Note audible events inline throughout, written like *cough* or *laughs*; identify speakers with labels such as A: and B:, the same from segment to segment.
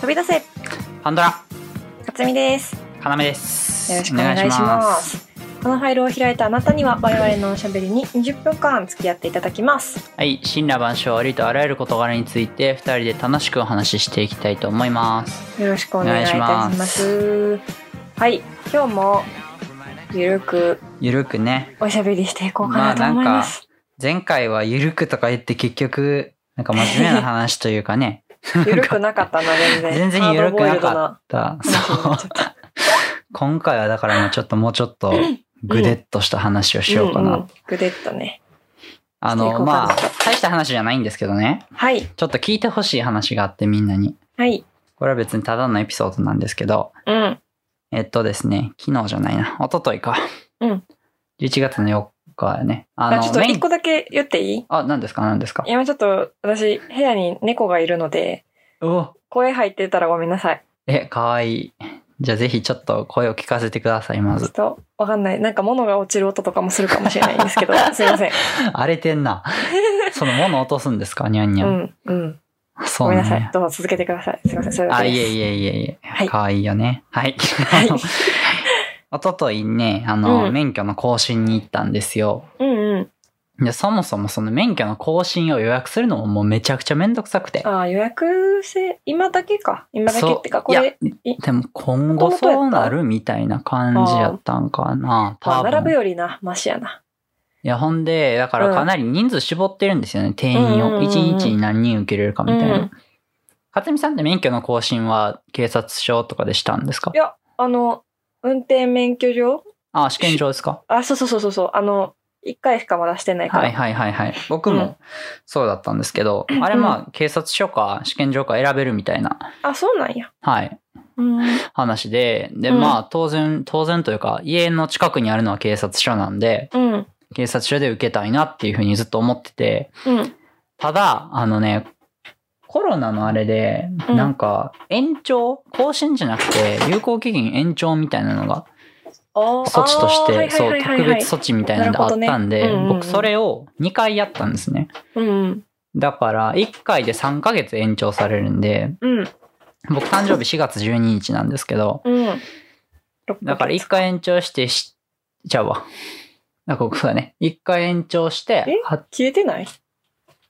A: 飛び出せ
B: パンドラ、
A: 辰巳です
B: かなめです。
A: よろしくお願いしま
B: お願いします
A: このファイルを開いたあなたには我々のおしゃべりに20分間付き合っていただきます
B: はい、神羅万象ありとあらゆる事柄について二人で楽しくお話ししていきたいと思います。
A: よろしくお願いいたしますはい今日もゆるく
B: ゆるくね。
A: おしゃべりしていこうかなと思います、
B: 前回はゆるくとか言って結局、なんか真面目な話というかね。
A: ゆるくなかったな全然
B: 全然ゆるくなか
A: っ
B: った。
A: ハードボ
B: そ
A: イ
B: う
A: ル。
B: 今回はだからもうちょっともうちょっとぐでっとした話をしようかな。
A: ん、ぐでっとね
B: あ
A: していこ
B: の、
A: うかな
B: まあ、大した話じゃないんですけどね。
A: はい
B: ちょっと聞いてほしい話があってみんなに。
A: はい
B: これは別にただのエピソードなんですけど、
A: うん
B: えっとですね、昨日じゃないな、一昨日か。
A: うん。
B: 11月の4日やね。
A: あ
B: あ
A: ちょっと
B: メイン
A: 一個だけ言っていい
B: あ、何ですか何ですか
A: 今ちょっと私部屋に猫がいるので
B: お
A: 声入ってたらごめんなさい
B: え、かわいい。じゃあぜひちょっと声を聞かせてください、ま
A: ちょっ *laughs*
B: ず。
A: と、わかんない。なんか物が落ちる音とかもするかもしれないん
B: *laughs*
A: ですけど、すいません。
B: 荒れてんな。その物落とすんですかにゃんに
A: う
B: ゃん。
A: ん、うん。
B: そ
A: ご
B: う
A: めん
B: な
A: なんさい
B: や。。
A: どうぞ続けてください。すいません。それだ
B: あ、
A: け
B: い
A: です
B: えいえいえいえ。
A: はい
B: かわいいよね。はい。
A: い
B: *laughs* 一昨日ね、あの、
A: うん
B: 免許の更新に行ったんですよ。
A: うんうん。
B: で、そもそもその免許の更新を予約するのももうめちゃくちゃめんどくさくて。
A: ああ、予約制、今だけか。今だけってか、これ、
B: いや
A: い
B: でも今後そうなるみたいな感じやったんかな。
A: ま
B: 多
A: あ、並ぶ
B: 分。い
A: よりな、マシやな。
B: や、ほんで、だからかなり人数絞ってるんですよね。定員
A: うんうんうんう
B: を。
A: ん
B: 1日に何人受けれるかみたい
A: うん
B: な。かつみさんって免許の更新は警察署とかでしたんですか
A: いやあの、運転免許証
B: あ、試験場ですか
A: あ、そうそうそうそうそう。あの、一回しかまだしてないから。
B: はいはいはいはい。僕
A: うん
B: もそうだったんですけど、あれまあ警察署か試験場か選べるみたいな。
A: あ、そうなんや。
B: はい。
A: うん。うん
B: 話で、で、
A: うん
B: まあ当然、当然というか、家の近くにあるのは警察署なんで、。
A: うん。
B: 警察署で受けたいなっていうふうにずっと思ってて、ただ、あのね、コロナのあれで、
A: うん
B: なんか、延長、更新じゃなくて、有効期限延長みたいなのが、
A: あー
B: 措置とし
A: あーはい
B: て、
A: はい
B: そう、
A: はいはい
B: 特別措置みたいなのがあったん
A: な
B: で
A: るほどねうんうんうん、
B: 僕それを2回やったんですね。
A: うんうん。
B: だから、1回で3ヶ月延長されるんで、
A: うん。
B: 僕誕生日4月12日なんですけど、
A: うん。
B: だから一回延長してし、ちゃうわ。なんか僕そうだね。一回延長して、
A: え
B: は
A: 消えてない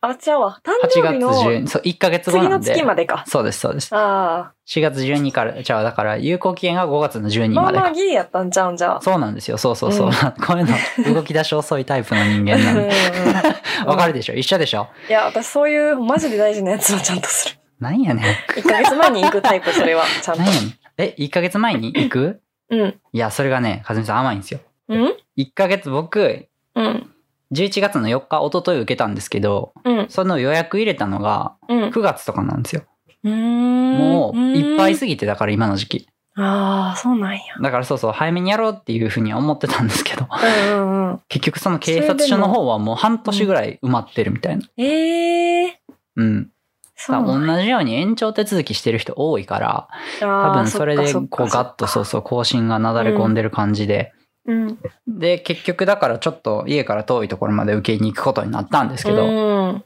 A: あ、違うわ。誕
B: 8
A: 生日
B: 月
A: の
B: 10、そう、1ヶ月後
A: 次
B: な
A: の
B: んで。
A: 月までか。
B: そうです、そうです。
A: あ
B: 4月12から、じゃあだから有効期限が5月の12
A: あ。
B: 日
A: ま
B: ま
A: あ
B: で
A: まあ
B: か。
A: ギリやったんちゃうんじゃあ。
B: そうなんですよ。そうそうそう。
A: うん
B: こういうの、動き出し遅いタイプの人間なん
A: *laughs*
B: で。
A: い
B: わかるでしょ一緒でしょ
A: や、私そういうマジで大事なやつをちゃんとす
B: なんやねん。
A: る。1ヶ月前に行くタイプ、それは。ちゃんと
B: なん。やねん。え、1ヶ月前に行く
A: うん。
B: いや、それがね、かずみさん甘いんですよ。
A: うん
B: 1ヶ月僕、
A: うん。
B: 11月の4日、一昨日受けたんですけど、
A: うん。
B: その予約入れたのが
A: うん。
B: 9月とかなんですよ。
A: うん
B: もういっぱい
A: す
B: 過ぎてだから今の時期。
A: ああ、そうなんや。
B: だからそうそう早めにやろうっていうふうには思ってたんですけど、
A: うんうんうん。
B: 結局その警察署の方はもう半年ぐらい埋まってるみたいな。
A: ええー。
B: うん。
A: そ
B: だ
A: うな
B: か
A: んや。
B: ら同じように延長手続きしてる人多いから、多
A: あー
B: 分それで
A: っか
B: こうガッとそう
A: っか
B: そう更新がなだれ込んでる感じで。
A: うん。で
B: で、結局だからちょっと家から遠いところまで受けに行くことになったんですけど、
A: うん。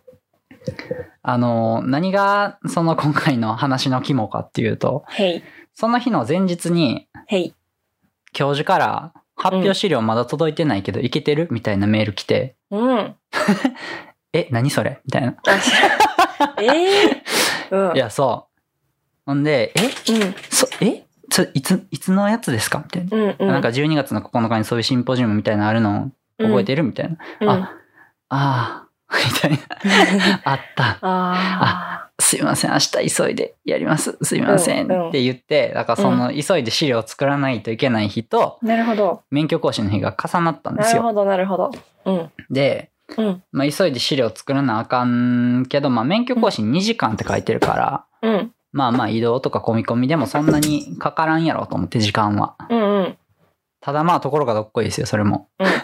B: あの、何がその今回の話の肝かっていうと、
A: へい。
B: その日の前日に
A: へい。
B: 教授から発表資料まだ届いてないけど、いけてるみたいなメール来て、
A: うん。
B: え、何それみたいな。
A: あ知らんええー。うん。
B: いや、そう。ほんで、え、
A: うん。
B: そ、え、そいつ、いつのやつですかみたいな。
A: うんうん、
B: なんか12月の9日にそういうシンポジウムみたいなのあるの覚えてるみたいな。
A: うん、うん、 *laughs*
B: あ、ああ、 *laughs* みたいな。あった。
A: あ
B: *laughs* すいません。明日急いでやります。すいませ
A: うんうん
B: ん。って言って、だからその、急いで資料を作らないといけない日と、
A: ーなるほど
B: 免許更新の日が重なったんで
A: な
B: す
A: る
B: よ。
A: ほどなるほどうん
B: で、
A: うん
B: まあ、急いで資料作らなあかんけど、まあ、免許更新2時間って書いてるから、
A: うん
B: まあまあ移動とか込み込みでもそんなにかからんやろと思って時間は。
A: うんうん
B: ただまあところがどっこいですよ、それも。
A: うん
B: *laughs*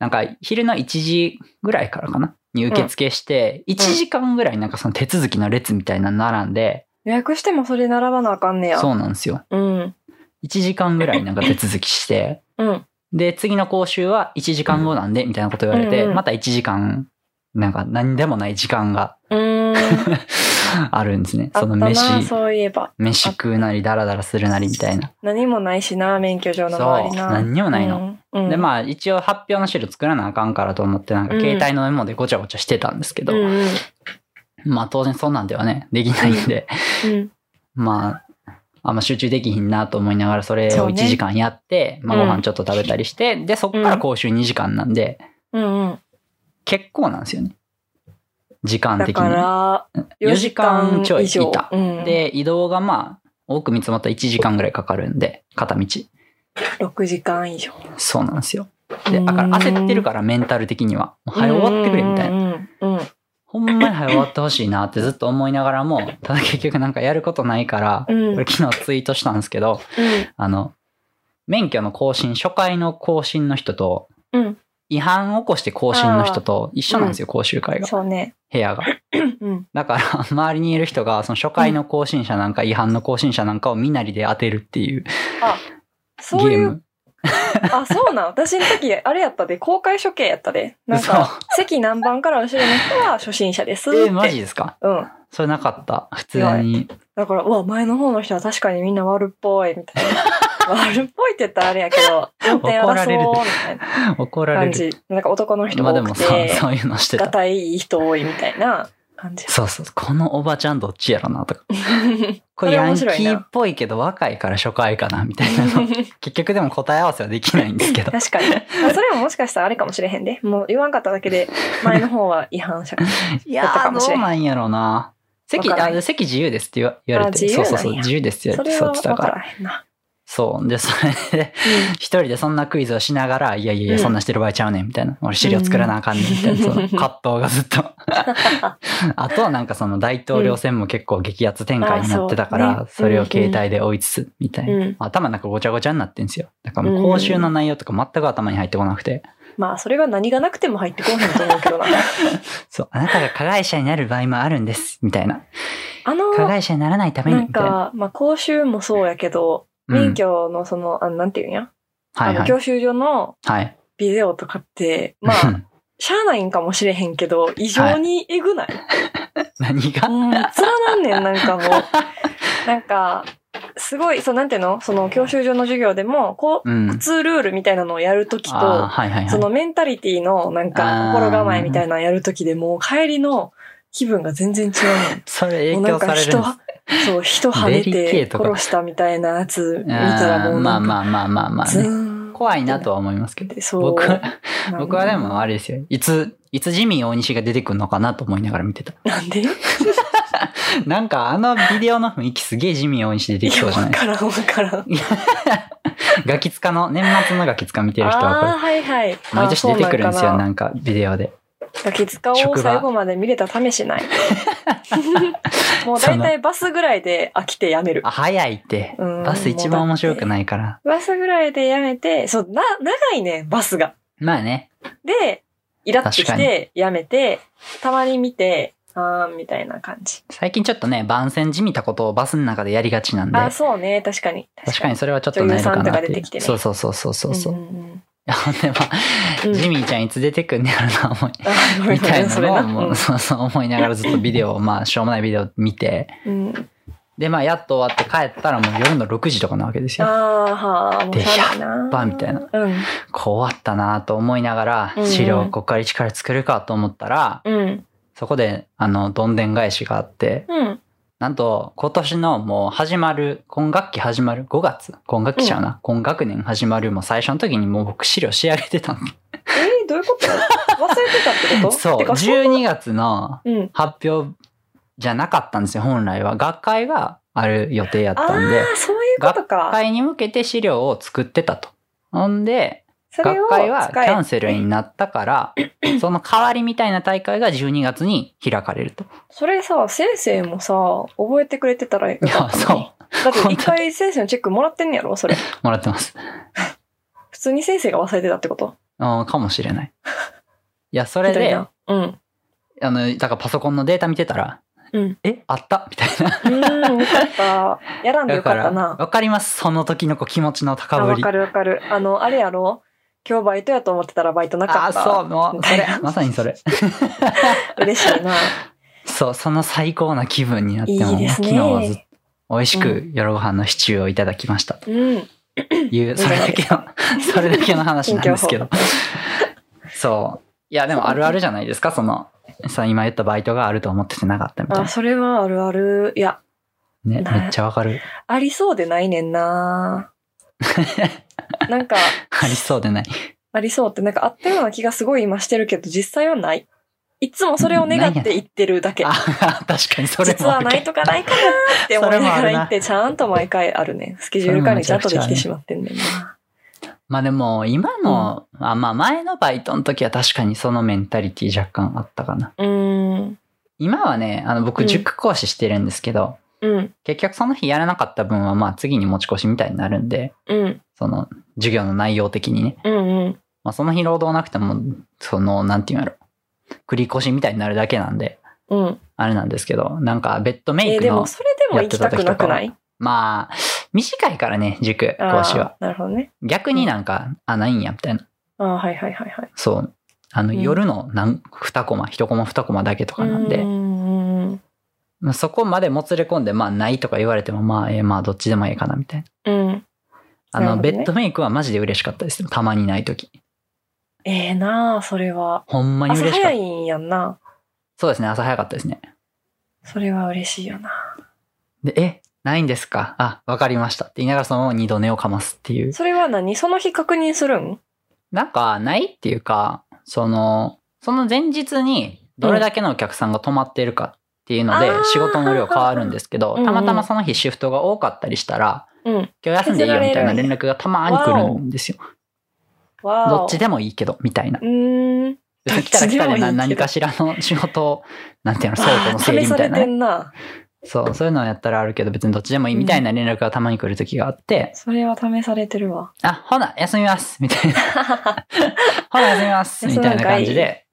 B: なんか昼の1時ぐらいからかなに受付して、1時間ぐらいなんかその手続きの列みたいなの並んで、
A: 予約してもそれ並ばなあかんねや
B: そううなんですよ。
A: うん
B: 1時間ぐらいなんか手続きして、
A: うん
B: で、次の講習は1時間後なんで、みたいなこと言われて、
A: うんうん
B: また1時間、なんか何でもない時間が
A: うーん
B: *laughs* あるんですね。
A: あ
B: そ
A: った
B: の
A: な、
B: 飯、
A: そういえば。
B: 飯食うなり、ダラダラするなりみたいな。
A: 何もないしな、免許証の周りな。
B: そう何にもないの。
A: うん。うん、
B: で、まあ一応発表の資料作らなあかんからと思って、なんか携帯のメモでごちゃごちゃしてたんですけど、
A: うんうん
B: まあ当然そんなんではね、できないんで、
A: うん
B: まあ、あんま集中できひんなと思いながら、それ
A: そ
B: を
A: う
B: 1
A: ね
B: 時間やって、まあ
A: う
B: ご
A: ん
B: 飯ちょっと食べたりして、で、そっから講習2時間なんで、
A: うんうん。
B: 結構なんですよね。時間
A: だ
B: 的に。
A: から、
B: 4
A: 4
B: 時
A: 時
B: 間
A: 間
B: ちょい
A: 以上。
B: いた
A: うん、
B: で、移動がまあ、多く見積もったら1時間ぐらいかかるんで、片道。
A: 6時間以上。
B: そうなんですよ。で、
A: うん
B: だから焦ってるから、メンタル的には。もう早終わってくれ、みたいな。
A: な。うん。
B: ほんまに早終わってほしいなってずっと思いながらも、ただ結局なんかやることないから、こ
A: うん
B: れ昨日ツイートしたんですけど、
A: うん。
B: あの、免許の更新、初回の更新の人と、
A: うん。
B: 違反を起こして更新の人と一緒なんですよ、講習会が。
A: そうね。
B: 部屋が。
A: うん。*laughs*
B: だから、周りにいる人が、その初回の更新者なんか、違反の更新者なんかをみなりで当てるっていうゲ
A: そうい
B: ー
A: う、
B: ム。
A: あ、そうなん。私の時、あれやったで、公開処刑やったで。なん
B: 嘘
A: か、席何番から後ろの人は初心者ですって。
B: えーマジですか
A: うん。
B: それなかった。普通に。
A: だから、うわ、前の方の人は確かにみんな悪っぽい、みたいな。
B: *laughs*
A: 悪っぽいって言ったらあれやけど、運転
B: 怒られ
A: 争
B: る
A: おう、みたいな
B: 怒られ
A: 感じ。
B: る。
A: なんか男の人
B: まあで
A: 多
B: も
A: く
B: さ、
A: て、
B: そういうのして
A: が
B: た。
A: たいいい人多いみたいな感じ。
B: そうそう。このおばちゃんどっちやろなとか。こ
A: *laughs* それ
B: れヤン
A: 面
B: キ
A: 白いな
B: ーっぽいけど若いから初回かなみたいな
A: *laughs*
B: の。結局でも答え合わせはできないんですけど。
A: 確かに。あそれももしかしたらあれかもしれへんで。もう言わんかっただけで、前の方は違反
B: *laughs*
A: 者。
B: い
A: やったか
B: やー、
A: もし
B: ど
A: れ
B: うんなんやろうな。席、
A: わからん
B: あ席自由ですって言わ言われて。
A: あ自由
B: そ
A: なや
B: うんそうそう、自由ですって言
A: そ
B: われて、
A: れ
B: そ
A: は
B: うって
A: 分
B: た
A: か
B: から。
A: らへんな。
B: そう。で、それで、 *laughs* 一人でそんなクイズをしながら、いやいやいうや、
A: ん
B: そんなしてる場合ちゃうねん、みたいな。俺資料作らなあかんねん、みたいな、その葛藤がずっと。
A: *laughs*
B: あとはなんかその大統領選も結構激アツ展開になってたか
A: うんあ
B: ら、
A: そう
B: そ
A: ね
B: れを携帯で追いつつ、みたい
A: うんう。
B: なん頭なんかごちゃごちゃになってんすよ。だからもう講習の内容とか全く頭に入ってこなくて。
A: まあ、それが何がなくても入ってこないと思うけ
B: *laughs*
A: どな。
B: そう、あなたが加害者になる場合もあるんです、みたいな。
A: あ
B: 加
A: の、
B: 害者にならないため
A: な
B: に、
A: ん
B: みたいな。
A: か、まあ、講習もそうやけど、
B: うん
A: 免許のその、あのなんていうんや、
B: はい
A: あ
B: は
A: の、
B: い。
A: 教習所の
B: はい。
A: ビデオとかって、ま
B: う
A: あ、
B: ん
A: しゃあないんかもしれへんけど、異常にえぐない、
B: *laughs* 何
A: *laughs*
B: が
A: うん、連なんねん、なんかも
B: *laughs*
A: う。なんか、すごい、そう、なんていうのその、教習所の授業でも、こう、
B: うん
A: 普。通ルールみたいなのをやるとき
B: あー
A: と、
B: はいはいはい。
A: そのメンタリティの、なん
B: あー
A: か、心構えみたいなのやるときでも、帰りの気分が全然違うねん。
B: それ
A: もう
B: 影
A: な
B: 響
A: んか
B: されるん
A: 人
B: です
A: は、そう、人はめ
B: デリケー
A: て
B: トか
A: 殺したみたいなやつ見たら
B: あ
A: も
B: ー
A: う
B: ま
A: な
B: あ
A: ん
B: ま
A: か、
B: あまあまあまあ、
A: ず
B: ね、
A: ーん
B: 怖いなとは思いますけど
A: でそう
B: 僕
A: なんか
B: *laughs* 僕はでもあれですよいついつジミー大西が出てくるのかなと思いながら見てた *laughs*
A: なんでい
B: なんかあのビデオの雰囲気すげえジミー大西出てき
A: や、
B: そう
A: わ
B: じゃない
A: からんわからん。あ
B: ガキツカの年末のガキツカ見てる人はこ
A: あー、
B: れ
A: はいはい。
B: 毎年出てくるんです
A: あ
B: よ
A: ー
B: なんかビデオで
A: ガキ使を
B: 職場
A: 最後まで見れた試し
B: *laughs*
A: ない。もう大体バスぐらいで飽きてやめる
B: あ。早いって
A: うん
B: バス一番面白くないから
A: バスぐらいでやめて、そう、な、長いねん、バスが。
B: まあね
A: で、イラッとき
B: 確か
A: て、やめて、たまに見て、あーんみたいな感じ。
B: 最近ちょっとね番宣じみたことをバスの中でやりがちなんで
A: あ、そうね、確かに。
B: 確かにそれはちょっとないのかなって
A: 女優さんとか出て
B: いう
A: きてね
B: そうそうそうそうそうそう、
A: んんん
B: いやほんでまあ、
A: うん
B: ジミーちゃんいつ出てくんねやろな、
A: *laughs*
B: 思い、
A: あー、ごめ
B: み
A: んご
B: た
A: め
B: い
A: ん、
B: な
A: それ
B: のを
A: な。
B: もう、そうそう思いながらずっとビ
A: *laughs*
B: デオを、まあ、しょうもないビデオ見て、
A: うん。うん
B: で、まあ、やっと終わって帰ったらもう夜の6時とかなわけです
A: あ
B: よ。
A: ーはあ、もうしゃあないな。
B: で100%みたいな。
A: うん。
B: こう終わったなと思いながら
A: う、んうん
B: 資料をこっから一から作るかと思ったら、
A: うん。
B: そこで、あの、どんでん返しがあって、
A: うん。
B: なんと、今年のもう始まる、今学期始まる、5月、今学期ちゃうな、今学年始まるもう最初の時にもう僕資料仕上げてた
A: *laughs*
B: んで
A: えー、どういうこと忘れてたってこと
B: そう、
A: てか
B: 12月の
A: うん。
B: 発表じゃなかったんですよ、本来は。学会がある予定やっ
A: ああ
B: たんで、
A: ー、そういうこと
B: 学
A: か。
B: 会に向けて資料を作ってたと。ほんで、
A: それを
B: 学会はキ
A: 使え
B: ャンセルになっ
A: *laughs*
B: たから、その代わりみたいな大会が12月に開かれると。
A: それさ、先生もさ、覚えてくれてたらよ
B: い
A: か
B: や、
A: ったのに
B: そ
A: だって一回先生のチェックもらってんねやろそれ。
B: う、もらってます。
A: 普通に先生が忘れてたってこと
B: うん、かもしれない。いや、そ
A: そ
B: れで、あ
A: うん。
B: の、だからパソコンのデータ見てたら、
A: うん。
B: え、あったみたいな。
A: うーん、よかった。やらんで
B: だ
A: よか
B: か
A: った
B: ら、
A: な。
B: わかります。その時のこう気持ちの
A: あ、
B: 高ぶ
A: わ
B: り。
A: かるわかる。あの、あれやろ今日バイトやと思ってたらバイトなか
B: あ、
A: った。
B: そう、もう、そ
A: みた
B: れ
A: いな、
B: *laughs* まさにそれ。
A: 嬉しいな。
B: そう、その最高な気分になっても、
A: いいです
B: 昨
A: ね
B: 日はずっと美味しく夜ご飯のシチューをいただきましたと
A: うん。
B: いう、それだけ
A: *laughs*
B: の、それだけの話なんですけど。そう。いや、でもあるあるじゃないですか、その、さ今言ったバイトがあると思っててなかったみたい
A: あ、それはあるある。いや、
B: な。ね、
A: ない
B: めっちゃわかる。
A: ありそうでないねん
B: *laughs*
A: ななんか、
B: ありそうでない。
A: ありそうって、なんかあったような気がすごい今してるけど、実際はない。いつもそれを願って言ってるだけ。
B: あ、確かにそれ
A: 実
B: もあ
A: は
B: る
A: な
B: け
A: い
B: ど。
A: とかないかなーって思いな
B: *laughs* そ
A: が
B: れも
A: ら
B: ある
A: 行
B: な
A: って、ちゃんと毎回あるね。スケジュール管理ちゃんとできてしまってんねんな。
B: まあでも、今の、あまあ前のバイトの時は確かにそのメンタリティ若干あったかな。
A: うーん。
B: 今はね、あの
A: う
B: 僕
A: ん
B: 塾講師してるんですけど、
A: うん。
B: 結局その日やらなかった分はまあ次に持ち越しみたいになるんで、
A: うん。
B: その授業の内容的にね。
A: うん。うん。
B: まあその日労働なくても、その、なんていうんやろ。繰り越しみたいになるだけなんで、
A: うん。
B: あれなんですけど、なんかベッドメ
A: え
B: イ
A: ー
B: ク
A: で
B: の、
A: も、それでも行きたくなくない
B: まあ、短いからね、塾
A: あー
B: 講師は。
A: なるほどね。
B: 逆になんか、あ、ないんや、みたいな。
A: ああ、はいはいはいはい。
B: そう。あの、
A: うん
B: 夜の何、2コマ、1コマ、2コマだけとかなん
A: う
B: で、
A: んうん
B: まあそこまでもつれ込んで、まあ、ないとか言われても、まあ、えーまあ、どっちでもええかな、みたいな。
A: うん。うん。な
B: あ
A: る
B: の、
A: ほど
B: ベ
A: ね
B: ッドメイクはマジで嬉しかったですよ。たまにないとき。
A: ええなあ、それは。
B: ほんまに
A: 朝
B: 嬉しか
A: 早
B: っ
A: い
B: た。
A: んやんな。
B: そうですね、朝早かったですね。
A: それは嬉しいよな。
B: で、え、ないんですかあ、わかりました。って言いながらそのまま二度寝をかますっていう。
A: それは何その日確認するん
B: なんか、ないっていうか、その、その前日にどれだけのお客さんが泊まってるかっていうので、
A: うんあー
B: 仕事の量変わるんですけど、
A: うんうん
B: たまたまその日シフトが多かったりしたら、
A: うん。
B: 今日休んでいいよみたいな連絡がたまに来るんですよ。
A: わあ。
B: どっちでもいいけど、みたいな
A: う。ーん。
B: 別に来たら来た
A: どっちでもいいけ
B: で
A: ど
B: な何かしらの仕事を、なんていうの、倉庫
A: あ
B: の
A: あ
B: 整
A: 試
B: 理み
A: さ
B: た
A: れ
B: いな
A: て
B: ね、
A: んな。
B: そう、そういうのをやったらあるけど、別にどっちでもいいみたいな連絡がたまに来る時があって、
A: それは試されてる
B: *laughs*
A: わ。
B: あ、ほな、休みますみたいな。
A: *laughs*
B: ほな、休みますみたいな感じで。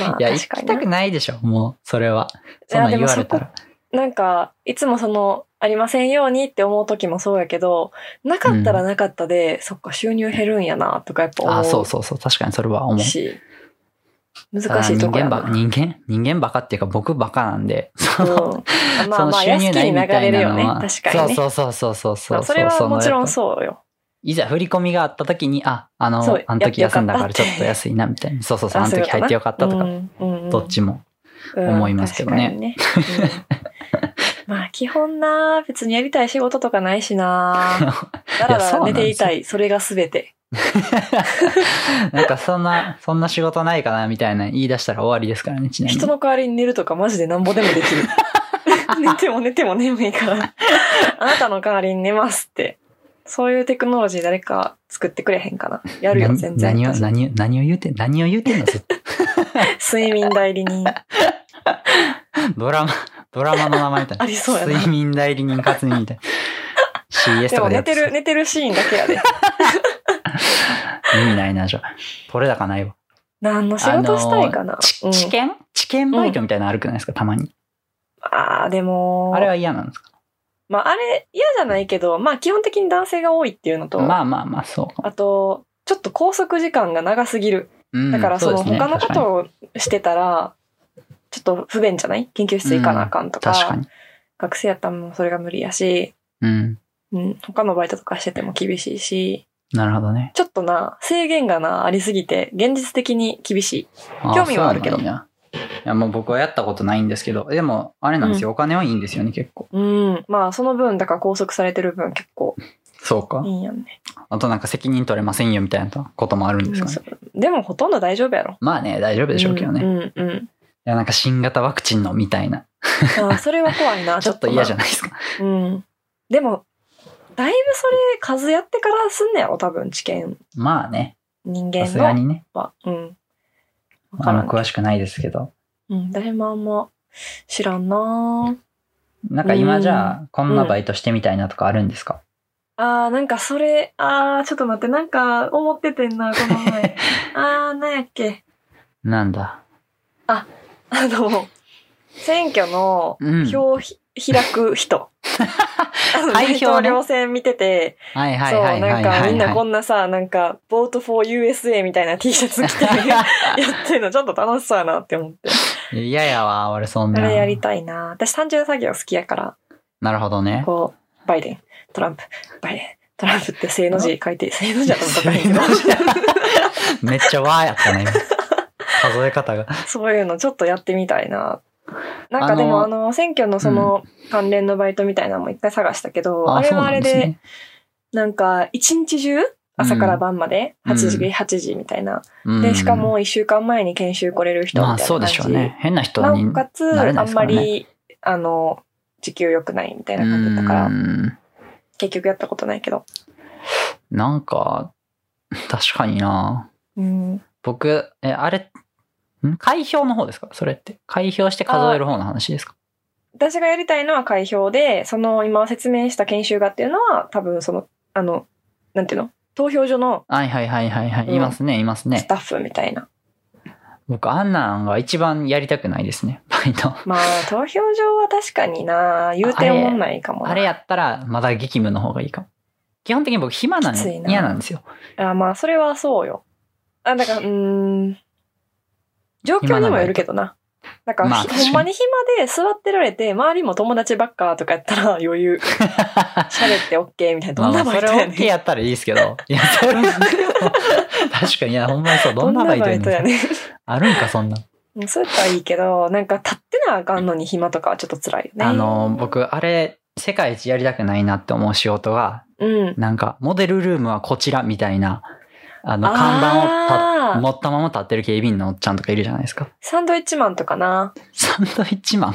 A: まあ、
B: いや、
A: 確
B: 行
A: か
B: き
A: に
B: た
A: な
B: く。ないでしょ、もう、それは。そんなん言われたら。
A: なんか、いつもその、ありませんようにって思う時もそうやけど、なかったらなかったで、そっか、収入減るんやな、とかやっぱ思う。
B: あ、そうそうそう、確かにそれは思う。
A: し、
B: ただ
A: 難しいとこや
B: 人間
A: な。
B: ば、人間、人間バカっていうか僕バカなんで、その、
A: うん、ま
B: *laughs* そ
A: あ
B: の
A: まあ、
B: 収
A: 屋
B: 入
A: 敷
B: ない
A: に
B: み
A: 流
B: た
A: れ
B: い
A: る
B: な
A: よ
B: の
A: ね。
B: は。
A: 確かにね。
B: そうそうそうそうそ
A: ま
B: うう
A: あ、それはもちろん
B: う。
A: そうよ。
B: いざ振り込みがあった時に、あ、あ
A: そ
B: の
A: う、
B: あの時
A: やって
B: 休んだから
A: よか
B: ちょ
A: った
B: っと安いな、みたいな。そうそうそう、あの
A: そういう
B: 時
A: こと
B: 入
A: な
B: ってよかったとか、
A: うん
B: どっち
A: う
B: も。 *laughs*
A: ん
B: 思いますけどね。
A: うん確かにね
B: *laughs*
A: うんまあ、基本な、別にやりたい仕事とかないし
B: *laughs*
A: な。だらだら寝ていたい、それがすべて。
B: なんかそんな、そんな仕事ないかなみたいな言い出したら終わりですからね、ちなみ
A: 人
B: に。
A: の代わりに寝るとかマジでなんぼでもできる。寝ても寝ても眠いから。あなたの代わりに寝ますって。そういうテクノロジー誰か作ってくれへんかな。やるよ、
B: 何
A: 全然。
B: 何を、何を、何を言うてん、何を言うてんのずっと *laughs*
A: 睡眠代理人。
B: ドラマ、ドラマの名前みたい
A: *laughs*
B: な。
A: ありそうやな
B: 睡眠代理人活人みたい
A: *laughs*
B: な。CS
A: で
B: と
A: も
B: かで
A: 寝
B: やって
A: てる、寝てるシーンだけやで。
B: 意味ないな、じゃあ。取れ高ないわ。
A: 何の仕事したいかな。
B: あのち
A: うん
B: 知見知見バイトみたいなのあるくないですか、たまに。
A: ああ、でも。
B: あれは嫌なんですか
A: まあ、あれ嫌じゃないけど、まあ、基本的に男性が多いっていうのと、
B: まあまあまあ、そうかも。
A: あと、ちょっと拘束時間が長すぎる。
B: うん
A: だから、その、
B: うですね
A: 他のことをしてたら、ちょっと不便じゃない研究室行かなあかんとか、
B: 確かに。確か
A: 学生やったらもうそれが無理やし、
B: に。うん。
A: うん、他のバイトとかしてても厳しいし、
B: なるほどね。
A: ちょっとな、制限がな、ありすぎて、現実的に厳しい。
B: あ
A: 興味はあるけど
B: そうなんやいや、もう僕はやったことないんですけど、でも、あれなんですよ、お金はいいんですよね、結構。
A: うん、まあ、その分、だから拘束されてる分結構
B: そうか
A: いいんやんね。
B: あとなんか責任取れませんよみたいなこともあるんですかね。
A: でも、ほとんど大丈夫やろ。
B: まあね、大丈夫でしょうけどね。い
A: うん、うん、うん。
B: や、なんか新型ワクチンのみたいな。
A: あーそれは怖いな、
B: *laughs* ちょっと嫌じゃ
A: ん。
B: ないですか。
A: うん。でも、だいぶそれ数やってからすんねやろ、多分、知見。
B: まあね、
A: 人
B: さ
A: 間
B: すが
A: の
B: にね。
A: は。うん。わか
B: あ
A: ら
B: の、
A: ん。
B: 詳しくないですけど。
A: うん、誰もあんま知らんな
B: なんか今じゃあ、こんなバイトしてみたいなとかあるんですか、
A: あー、なんかそれ、あー、ちょっと待って、なんか思っててんな、この
B: *laughs*
A: 前。あー、なんやっけ。
B: なんだ。
A: あの、選挙の
B: うん。
A: 票ひ、開く人。
B: *laughs*
A: あの、
B: 開
A: 大
B: 票
A: 統
B: ね
A: 領選見てて、
B: はいはい
A: そう、
B: はい
A: な
B: は
A: ん
B: いは
A: かみん
B: い、
A: なこ
B: は
A: んなさ、なんか、
B: *laughs*
A: ボートフォー USA みたいな T シャツ着てや
B: い。
A: ってるのちょっと楽しそうやなって思って。
B: や嫌やわ、俺そん
A: あ
B: な。
A: れやりたいな。私単純作業好きやから、
B: なるほどね。
A: こう、バイデン、トランプ、バイデン、トランプって正の字書いて、正の字やと思ったらいいけど
B: *laughs* めっちゃわーやったね。今数
A: *laughs*
B: え方が。
A: *laughs* そういうのちょっとやってみたいな。なんかでもあ
B: あ
A: の、選挙のその関連のバイトみたいなのも一回探したけど、あれはあれで、
B: そうなんすね
A: なんか一日中朝から晩まで、
B: うん
A: 8時、
B: うん
A: 8時みたいな。
B: うん
A: で、しかも1週間前に研修来れる人み
B: ま
A: たい
B: あ
A: な感じ。
B: そうでしょうね。変な人
A: な
B: に
A: おかつ、
B: なれな
A: あ
B: いで
A: ん
B: す
A: ま
B: からね
A: り、あの、時給良くないみたいな感じだったから、
B: うん
A: 結局やったことないけど。
B: なんか、確かにな
A: うん。
B: 僕、え、あれ、ん開票の方ですかそれって。開票して数える方の話ですか
A: 私がやりたいのは開票で、その今説明した研修がっていうのは、多分その、あの、なんていうの投票所の
B: はいはいはいはいは
A: うん
B: い。いますね、います
A: ス
B: ね。
A: タッフみたいな。
B: 僕、あんなんが一番やりたくないですね。 *laughs* バイト。
A: まあ、投票所は確かにな、言うて思んないかもな。
B: あれやったら、まだ激務の方がいいかも。基本的に僕、暇なん
A: きついな
B: 嫌なんです
A: *laughs*
B: よ。
A: あまあ、それはそうよ。あ、だから、うーん。状況にもよるけどな。なんか、
B: まあ
A: ひ
B: 確かに
A: ほんまに暇で座ってられて、周りも友達ばっかとかやったら余
B: *laughs*
A: 裕。喋って OK みたいな。
B: ま
A: ど
B: あ
A: ん
B: ま
A: な
B: あ、
A: バイ
B: そ
A: ト
B: れ
A: や
B: OK
A: ねん。
B: やったらいいですけ
A: *laughs*
B: ど。いや、それは確かに、いや、ほんまにそう、どんなバイトやねん。
A: ねん。
B: あるんか、そんなん。
A: うんそうやったらいいけど、なんか立ってなあかんのに暇とかはちょっと辛いよね。
B: あの、、僕、あれ、世界一やりたくないなって思う仕事が、
A: うん。
B: なんか、モデルルームはこちらみたいな、あの、
A: あー
B: 看板をた持ったまま立ってる警備員のおっちゃんとかいるじゃないですか。
A: サンドイッチマンとかな。
B: サンドイッチマン。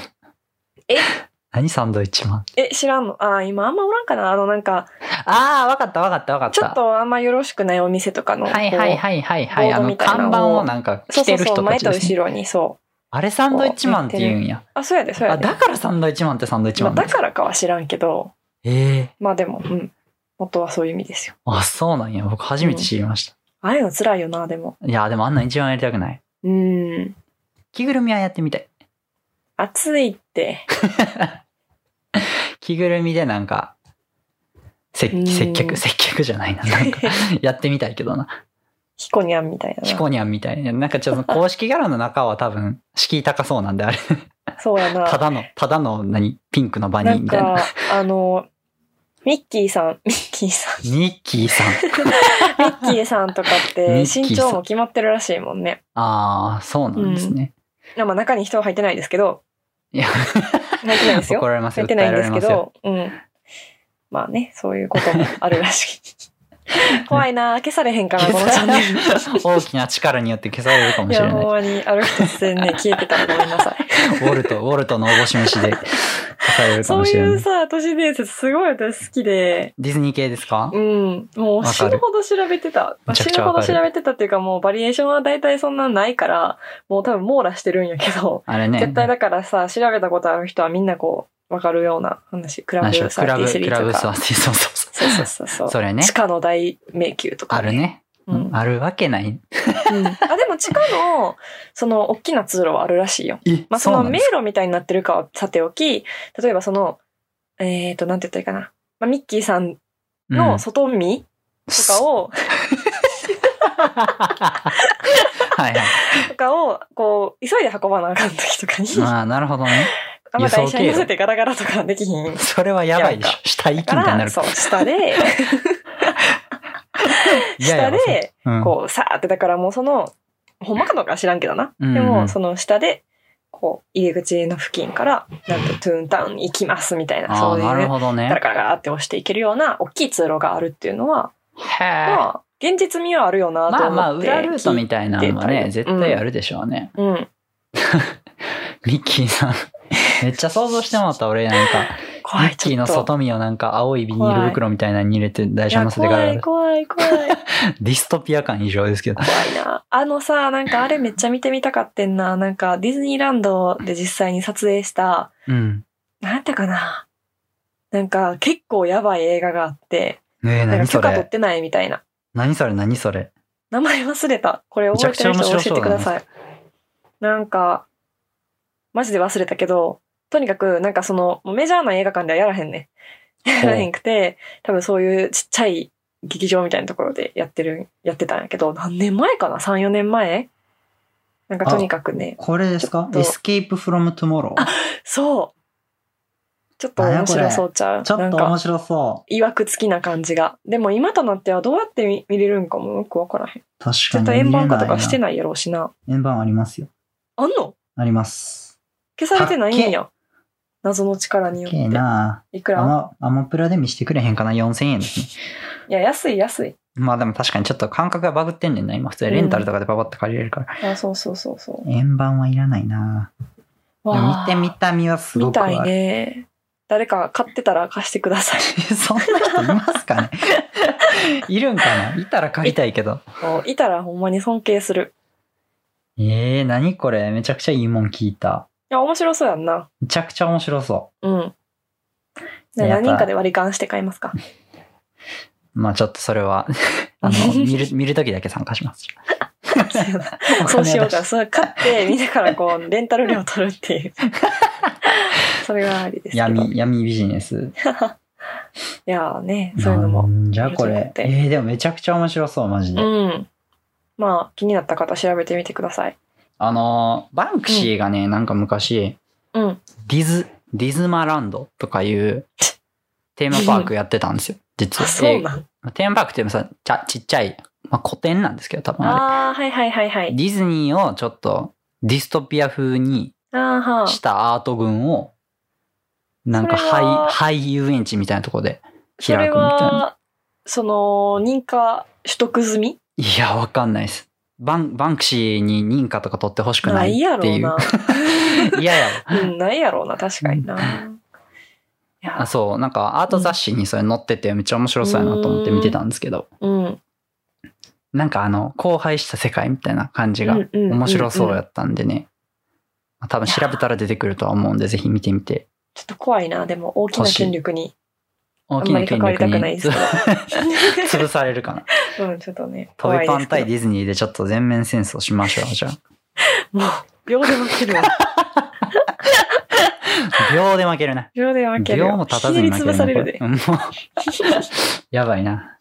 A: え
B: *laughs* 何サンドイッチマン
A: え、知らんのあー、今あんまおらんかなあの、なんか、
B: ああ、わかったわかったわかった。
A: ちょっとあんまよろしくないお店とかの。
B: はいはい
A: い。
B: はいはいはい。
A: ボー
B: あ
A: ド
B: の、
A: みたいなのを
B: 看板をなんか
A: そうそ
B: 着て
A: う
B: る
A: そう、
B: 人た
A: 前
B: ち
A: と
B: です、ね。
A: 後ろに、そう。
B: あれサンドイッチマンって言うんや。
A: あ、そうやで、そうや
B: あ、
A: で。
B: だからサンドイッチマンってサンドイッチ
A: ま
B: マ
A: あ、
B: ンな
A: だ
B: んですか。
A: からかは知らんけど、
B: ええ
A: まあでも、うん。元はそういう意味ですよ。
B: あ、そうなんや。僕初めて知りました。
A: ああいうの辛いよな、でも。
B: いや、でもあんなん一番やりたくない。
A: うん。
B: 着ぐるみはやってみたい。
A: 暑いって。
B: 着ぐるみでなんか、せ
A: うん
B: 接客、接客じゃないな。なん
A: *laughs*
B: か、やってみたいけどな。
A: ヒコニャンみたいな。
B: ヒコニャンみたいな。なんかちょっと公式柄の中は多分、敷居高そうなんで、あれ。
A: そうや
B: た
A: な。
B: だの、ただの、何、ピンクのバニ
A: な
B: ー
A: ん
B: みたいな。
A: か、あの、ミッキーさん、ミッキーさ
B: *laughs*
A: ん、
B: ミッキーさん。
A: ミッキーさんとかっ
B: ミ
A: て
B: ッキーさん
A: 身長も決まってるらしいもんね。
B: ああ、そうなんですね。
A: まあ中に人は入ってないですけど、
B: いや、
A: 入ってないですよ
B: 怒。られます
A: 入
B: よ。
A: ってないんですけ
B: 訴えられますよ。
A: ど、うん。まあね、そういうこともあるら
B: *laughs*
A: しい。怖いな消されへんかな、このチャンネル。
B: *laughs* 大きな力によって消されるかも
A: い
B: しれ
A: や、
B: な
A: ほんま
B: い。
A: に、ある日突然ね、消えてたらごめんな
B: *laughs*
A: さい。
B: ウォ
A: *laughs*
B: ルト、ウォルトのおぼし飯で消されるか
A: そ
B: も
A: う
B: しれ
A: い
B: な
A: う
B: い。
A: さ、都市伝説すごい私好きで、
B: ディズニー系ですか
A: うん。も
B: わ
A: う
B: かる
A: 死ぬほど調べてた。
B: めちゃ
A: 死
B: くち
A: ぬ
B: ゃ
A: ほ
B: わか
A: ど
B: る
A: 調べてたっていうかもうバリエーションは大体そんなないから、もう多分網羅してるんやけど、
B: あれね。
A: 絶対だからさ、調べたことある人はみんなこう、わかるような話。クラ
B: 何
A: ブ
B: でしょう
A: サ
B: ク
A: ー
B: ラ
A: ティ
B: ブ、
A: スリ
B: ク
A: ー
B: ラブ
A: と
B: サー
A: か。
B: ティそうそうそ。
A: そうそうそうそうう。
B: それね
A: 地。下の大迷宮とか、
B: ある。ね。
A: うん。うん、あ、
B: あるわけない。
A: でも地下の、その、大きな通路はあるらしいよ。
B: え
A: まあ、そ
B: そう
A: の
B: なん
A: 迷
B: です
A: 路みたいになってるかはさておき、例えばその、えっ、と、なんて言ったらいいかな。まあ、ミッキーさん
B: うん
A: の外見とかを、
B: *laughs* はいはい。
A: とかを、こう、急いで運ばなあかん時とかに、
B: まあ、なるほどね。
A: あんま台車に
B: 輸送経路
A: 乗せてガラガラとかできひん。
B: それはやばいでし
A: いや
B: ょ。下行きみ
A: か
B: *laughs* たいにな
A: ら、
B: る
A: そう、下
B: *laughs*
A: で、
B: いやいや
A: 下で、
B: うん
A: こう、さーって、だからもうその、ほんまかどうかは知らんけどな。
B: うん
A: でも、その下で、こう、入り口の付近から、なんとトゥーンタウンに行きますみたいな、
B: あ
A: そ
B: あ、
A: ういう、
B: なる
A: ガ
B: ほどね
A: ラ。ガラガラって押していけるような、大きい通路があるっていうのは、
B: へえ。
A: まあ、現実味はあるよな
B: ま
A: と
B: あ
A: 思って。
B: まあ、裏ルートみたいなのは
A: 聞
B: ね、
A: いて
B: 絶
A: たり
B: 対あるでしょうね。
A: うん。
B: ミッキ
A: *laughs*
B: ーさん。めっちゃ想像してもらった、俺なんか。ミ
A: 怖い、
B: ッ
A: ちょっと。
B: キーの外見をなんか青いビニール袋みたいなのに入れて台
A: い
B: 車
A: や
B: 乗せてか
A: 怖い、
B: ら、
A: 怖い、怖い。
B: ディストピア感異常ですけど。
A: 怖いな。あのさ、なんかあれめっちゃ見てみたかってんな。なんかディズニーランドで実際に撮影した、
B: うん。
A: なんてかな。なんか結構やばい映画があって、
B: ね
A: な
B: え、
A: んか
B: 何
A: 許
B: そ
A: 可取っ
B: れ
A: てないみたいな。
B: 何それ何そ
A: *laughs*
B: れ
A: 名前忘れた。これ覚えてる人教えてください。なんか、マジで忘れたけど、とにかく、なんかその、もうメジャーな映画館ではやらへんね。やらへんくて、多分そういうちっちゃい劇場みたいなところでやってる、やってたんやけど、何年前かな ?3、4年前なんかとにかくね、
B: これですか
A: ちょっと
B: ?Escape from Tomorrow。
A: そう。ちょっと面白そうちゃう。
B: ちょ
A: な
B: っ
A: ん
B: と
A: か
B: 面白そう。
A: いわくつきな感じが。でも今となってはどうやって見見れるんかもよくわからへん。
B: 確か
A: 絶
B: に。
A: 対円盤化とかして
B: ない
A: ないやろうしな。
B: な。円盤ありますよ。
A: あんの
B: あります。
A: 消されてないんや。謎の力によっ
B: けえ
A: て。
B: ない
A: く
B: ア
A: ら
B: マアマプラで見してくれへんかな ?4000 円ですね。
A: いや、安い安い。
B: まあでも確かにちょっと感覚がバグってんねんな。今普通にレンタルとかでパパッと借りれるから。
A: あ、そうそうそうそう。
B: 円盤はいらないな。でも見
A: わ
B: て
A: あ
B: みたみはすご
A: 見
B: くあ
A: た
B: る。
A: いね。誰か買ってたら貸してくだ
B: *laughs*
A: さい。
B: そんな人いますかね *laughs* いるんかないたら借りたいけど。
A: もういたらほんまに尊敬する。
B: ええー、何これめちゃくちゃいいもん聞いた。
A: いや、面白そうやんな。
B: めちゃくちゃ面白そ
A: うん。で
B: やっぱ
A: 何人かで割り勘して買い
B: *laughs*
A: ますか。
B: う。まあちょっとそれは、 *laughs* あの、
A: *laughs*
B: 見る、見るときだけ参加します。お金は出し
A: そうしようか。それ買って、みんなからこう、レンタル料取るって
B: *laughs*
A: いう。それがありですけど。
B: 闇、闇ビジネス。
A: いやーね、そういうのも。
B: なんじゃこ
A: 面白
B: れ
A: く。て
B: ええー、でもめちゃくちゃ面白そう、マジで。
A: うん。まあ、気になった方調べてみてください。
B: あのー、バンクシーがね、なんか昔、
A: うん。
B: ディズ、ディズマランドとかいうテーマパークやってたんですよ。実
A: *laughs* あ、
B: は。
A: そうなん。
B: えーテーマパークってさ、ちゃちっちゃい、まあ、古典なんですけど、多分あれ。
A: ああ、はいはいはいはい。
B: ディズニーをちょっとディストピア風に
A: ああ、はあ。
B: したアート群を、なんか
A: それは
B: 廃、廃遊園地みたいなとこで
A: そ
B: 開
A: れ
B: くみたいな。
A: は、その、認可取得済み
B: いや、わかんないです。バン、バンクシーに認可とか取ってほしく
A: な
B: ない
A: い
B: っ
A: や
B: て
A: ろう
B: いう
A: な。。
B: いやや
A: *laughs*
B: ろ。
A: うん、ないやろうな、確かにな。いや
B: あ、そう、なんかアート雑誌にそれ載っててめっちゃ面白そうやなと思って見てたんですけど、
A: うん。
B: なんかあの、荒廃した世界みたいな感じが面
A: 面
B: 白そうや
A: や。
B: ったんでね。まあ多分調べたら出てくるとは思うんで、ぜひ見てみて。
A: ちょっと怖いな、でも、大きな権力に。
B: 大
A: あ
B: き
A: んま
B: な
A: り
B: 権
A: 関わり
B: 力
A: たく
B: に
A: ないですけ
B: *laughs*
A: *laughs*
B: 潰されるかな。
A: ど。うん、ちょっとね。
B: 飛びパン対
A: で
B: ディズニーでちょっと全面戦争しましょう、じゃ
A: すけど。もう、秒で負けるわ。 *laughs*
B: あ。秒で負けるな。
A: 秒で負けるわ。
B: *laughs* 秒も経たずに負
A: ひ
B: け
A: ねり
B: る
A: 潰
B: な
A: されるで。 *laughs*
B: これうんもうやばいな。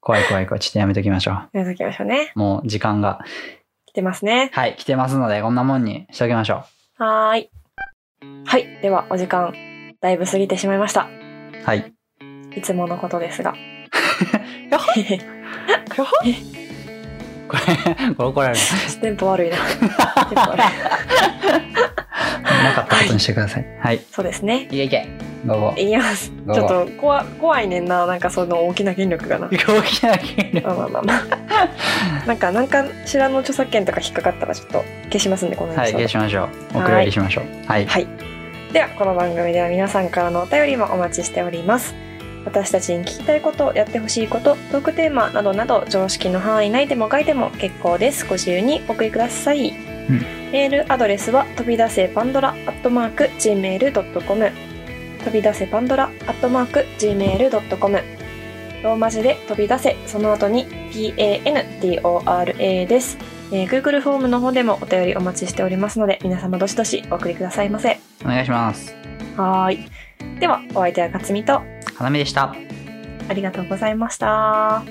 B: 怖い怖い怖い。ちょっとやめときましょ
A: やめときましょうね。
B: う。もう時間が、
A: 来てますね。
B: はい、来てますので、こんなもんにしておきましょ
A: はーい。はい。では、お時間、だいぶ過ぎてしまいました。
B: う。はい。
A: いつものことですが。
B: *laughs* やっこれ、これ怒られる。
A: *laughs* テンポ悪いな。テンポ悪い
B: なかったことにしてください。はい。
A: そうですね。
B: いけいけ。どうぞ。
A: いきます。
B: どう
A: ちょ
B: も
A: っと怖怖いねんな、なんかその大きな権力が *laughs*
B: *laughs*
A: な。
B: 大きな権力。
A: まあまあまあまあ。なんか、なんかしらの著作権とか引っかかったらちょっと消しますんで、この
B: はい、
A: エピソード
B: 消しましょう。お蔵入りしましょう。はい。
A: はいではこの番組では皆さんからのお便りもお待ちしております私たちに聞きたいことやってほしいことトークテーマなどなど常識の範囲内でも書いても結構ですご自由にお送りください、メールアドレスは飛び出せパンドラアットマーク Gmail.com 飛び出せパンドラアットマーク Gmail.com ローマ字で飛び出せその後に PANDORA です、えー Google フォームの方でもお便りお待ちしておりますので皆様どしどしお送りくださいませ
B: お願いします。
A: はーい。では、お相手はかつみと、
B: 花見でした。
A: ありがとうございました。